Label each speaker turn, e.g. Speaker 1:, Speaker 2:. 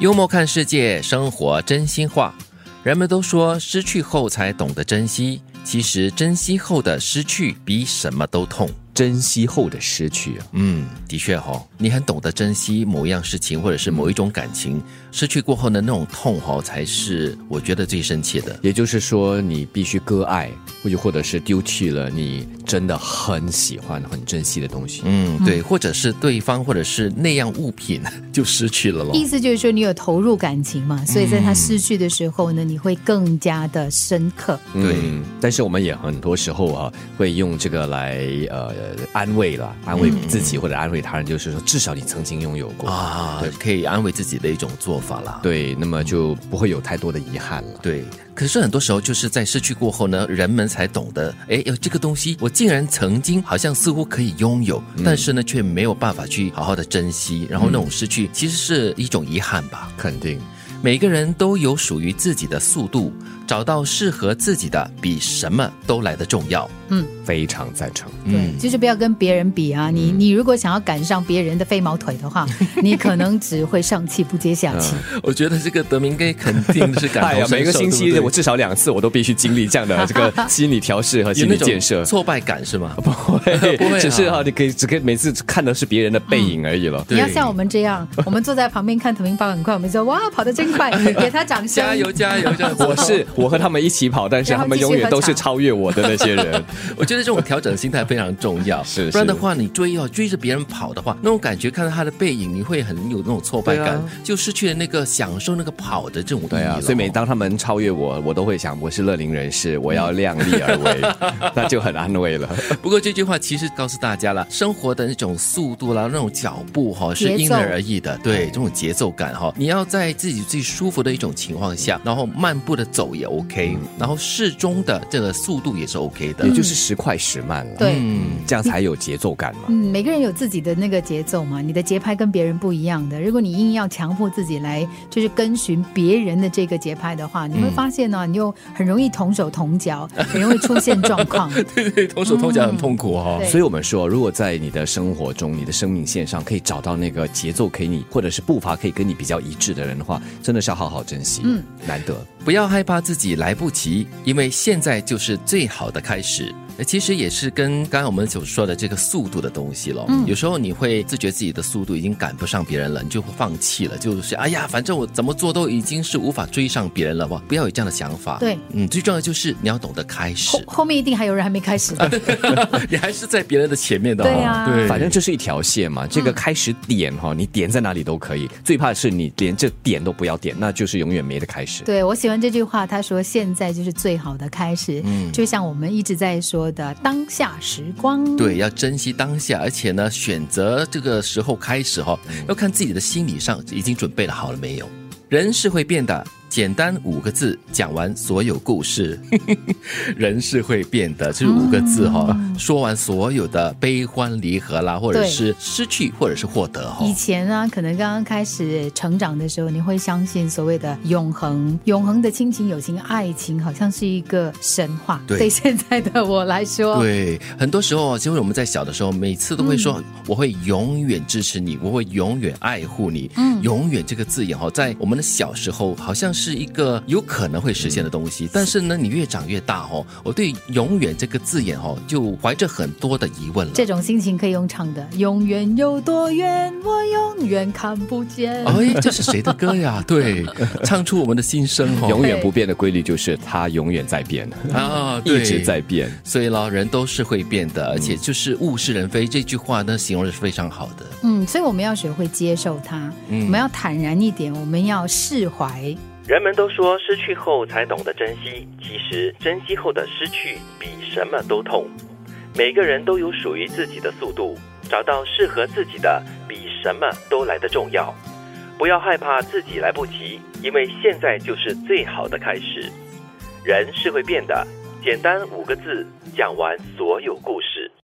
Speaker 1: 幽默看世界，生活真心话。人们都说失去后才懂得珍惜，其实珍惜后的失去比什么都痛。
Speaker 2: 珍惜后的失去啊，
Speaker 1: 嗯，的确哦，你很懂得珍惜某一样事情或者是某一种感情，失去过后的那种痛哦，才是我觉得最深切的。
Speaker 2: 也就是说你必须割爱，或者或者是丢弃了你真的很喜欢、很珍惜的东西。
Speaker 1: 嗯，对，或者是对方或者是那样物品 就失去了咯。
Speaker 3: 意思就是说你有投入感情
Speaker 1: 嗯
Speaker 3: 嘛，所以在他失去的时候呢，你会更加的深刻。
Speaker 1: 对
Speaker 2: 嗯，但是我们也很多时候啊，会用这个来呃安慰啦，安慰自己或者安慰他人，就是说至少你曾经拥有过。
Speaker 1: 啊，可以安慰自己的一种做法啦。
Speaker 2: 对，那么就不会有太多的遗憾了。
Speaker 1: 对，可是很多时候就是在失去过后呢，人们才懂得，哎，有这个东西，我竟然曾经好像似乎可以拥有，
Speaker 2: 嗯
Speaker 1: 但是呢，却没有办法去好好的珍惜，然后那种失去其实是一种遗憾吧。
Speaker 2: 肯定，
Speaker 1: 每个人都有属于自己的速度，找到适合自己的，比什么都来得重要。
Speaker 2: 非常赞成。
Speaker 1: 嗯
Speaker 3: 对，就是不要跟别人比啊！你你如果想要赶上别人的飞毛腿 的话，你可能只会上气不接下气。
Speaker 1: 我觉得这个德明哥肯定是感
Speaker 2: 哎呀，
Speaker 1: 同身受，
Speaker 2: 每个星期
Speaker 1: 对不
Speaker 2: 我
Speaker 1: 对
Speaker 2: 至少两次，我都必须经历这样的这个 心理调试和
Speaker 1: 有
Speaker 2: 心
Speaker 1: 那
Speaker 2: 理
Speaker 1: 种
Speaker 2: 建设。
Speaker 1: 挫败感是吗？
Speaker 2: 不会，嗯
Speaker 1: 不会啊
Speaker 2: 只是哈，你可以只可以每次看的是别人的背影而已了。
Speaker 3: 你要像我们这样，我们坐在旁边看腾明跑很快，我们说哇跑得真快，给他掌声。
Speaker 1: 加油！加油！加油！
Speaker 2: 我是我和他们一起跑，但是
Speaker 3: 让
Speaker 2: 他
Speaker 3: 他
Speaker 2: 们
Speaker 3: 们继续
Speaker 2: 永远都
Speaker 3: 喝茶
Speaker 2: 是超越我的那些 人。
Speaker 1: 我觉得这种调整心态非常重要，
Speaker 2: 是
Speaker 1: 不然的
Speaker 2: 是
Speaker 1: 话，你追哦追着别人跑的话，那种感觉看到他的背影，你会很有那种挫败
Speaker 2: 对
Speaker 1: 感，
Speaker 2: 啊
Speaker 1: 就失去了那个享受那个跑的这种意义
Speaker 2: 对啊，
Speaker 1: 了
Speaker 2: 所以每
Speaker 1: 哦
Speaker 2: 当他们超越我，我都会想我是乐龄人士，我要量力而 为，那就很安慰了。
Speaker 3: 嗯
Speaker 1: 不过这句话其实告诉大家了，生活的那种速度啦，那种脚步哈、
Speaker 3: 节
Speaker 1: 是
Speaker 3: 奏
Speaker 1: 因人而异的。对，这种节奏感哈、你要在自己最舒服的一种情况下，然后漫步的走也 OK，、然后适中的这个速度也是 OK 的
Speaker 2: 嗯也。就是时快时慢了，
Speaker 3: 对
Speaker 2: 嗯，这样才有节奏感嘛。
Speaker 3: 嗯，每个人有自己的那个节奏嘛，你的节拍跟别人不一样的。如果你硬要强迫自己来，就是跟循别人的这个节拍的话，你
Speaker 1: 嗯
Speaker 3: 会发现呢、你又很容易同手同脚，很容易出现状 况。
Speaker 1: 对对，同手同脚很痛苦哦。
Speaker 3: 嗯对
Speaker 2: 所以我们说，如果在你的生活中、你的生命线上可以找到那个节奏给你，或者是步伐可以跟你比较一致的人的话，真的是要好好珍惜，嗯，难得。
Speaker 1: 不要害怕自己来不及，因为现在就是最好的开始。呃其实也是跟刚刚我们所说的这个速度的东西了。
Speaker 3: 嗯
Speaker 1: 有时候你会自觉自己的速度已经赶不上别人了，你就会放弃了，就是哎呀，反正我怎么做都已经是无法追上别人了吧？不要有这样的想法。
Speaker 3: 对
Speaker 1: 嗯，最重要的就是你要懂得开始
Speaker 3: 后，后面一定还有人还没开
Speaker 1: 啊
Speaker 3: 始的。
Speaker 1: 你还是在别人的前面的、哦。
Speaker 3: 对啊嗯对
Speaker 2: 反正就是一条线嘛，这个开始点哈、你点在哪里都可以。最怕是你连这点都不要点，那就是永远没得开始。
Speaker 3: 对我喜欢这句话，他说现在就是最好的开始，
Speaker 1: 嗯
Speaker 3: 就像我们一直在说的当下时光。
Speaker 1: 对，要珍惜当下，而且呢，选择这个时候开始哈、要看自己的心理上已经准备了好了没有。人是会变的，简单五个字讲完所有故事。人是会变的，这、是五个字哈、说完所有的悲欢离合啦，或者
Speaker 3: 对
Speaker 1: 是失去，或者是获得哈、
Speaker 3: 以前呢、可能刚刚开始成长的时候，你会相信所谓的永恒、永恒的亲情、友情、爱情，好像是一个神话。
Speaker 1: 对
Speaker 3: 对现在的我来说，
Speaker 1: 对，很多时候，其实我们在小的时候，每次都会说、我会永远支持你，我会永远爱护你。嗯，永远这个字眼哈，哦在我们的小时候，好像是一个有可能会实现的东西。但是呢，你越长越大哦，我对“永远”这个字眼哦，就怀着很多的疑问了。
Speaker 3: 这种心情可以用唱的，永远有多远，我永远看不见。
Speaker 1: 哎，这是谁的歌呀？对，唱出我们的心声哦。
Speaker 2: 永远不变的规律就是它永远在变，
Speaker 1: 啊，对
Speaker 2: 一直在嗯变。
Speaker 1: 所以咯，人都是会变的，而且就是物是人非这句话呢，形容的是非常好的。
Speaker 3: 嗯，所以我们要学会接受它，
Speaker 1: 嗯
Speaker 3: 我们要坦然一点，我们要释怀。
Speaker 4: 人们都说失去后才懂得珍惜，其实珍惜后的失去比什么都痛。每个人都有属于自己的速度，找到适合自己的比什么都来得重要。不要害怕自己来不及，因为现在就是最好的开始。人是会变的，简单五个字，讲完所有故事。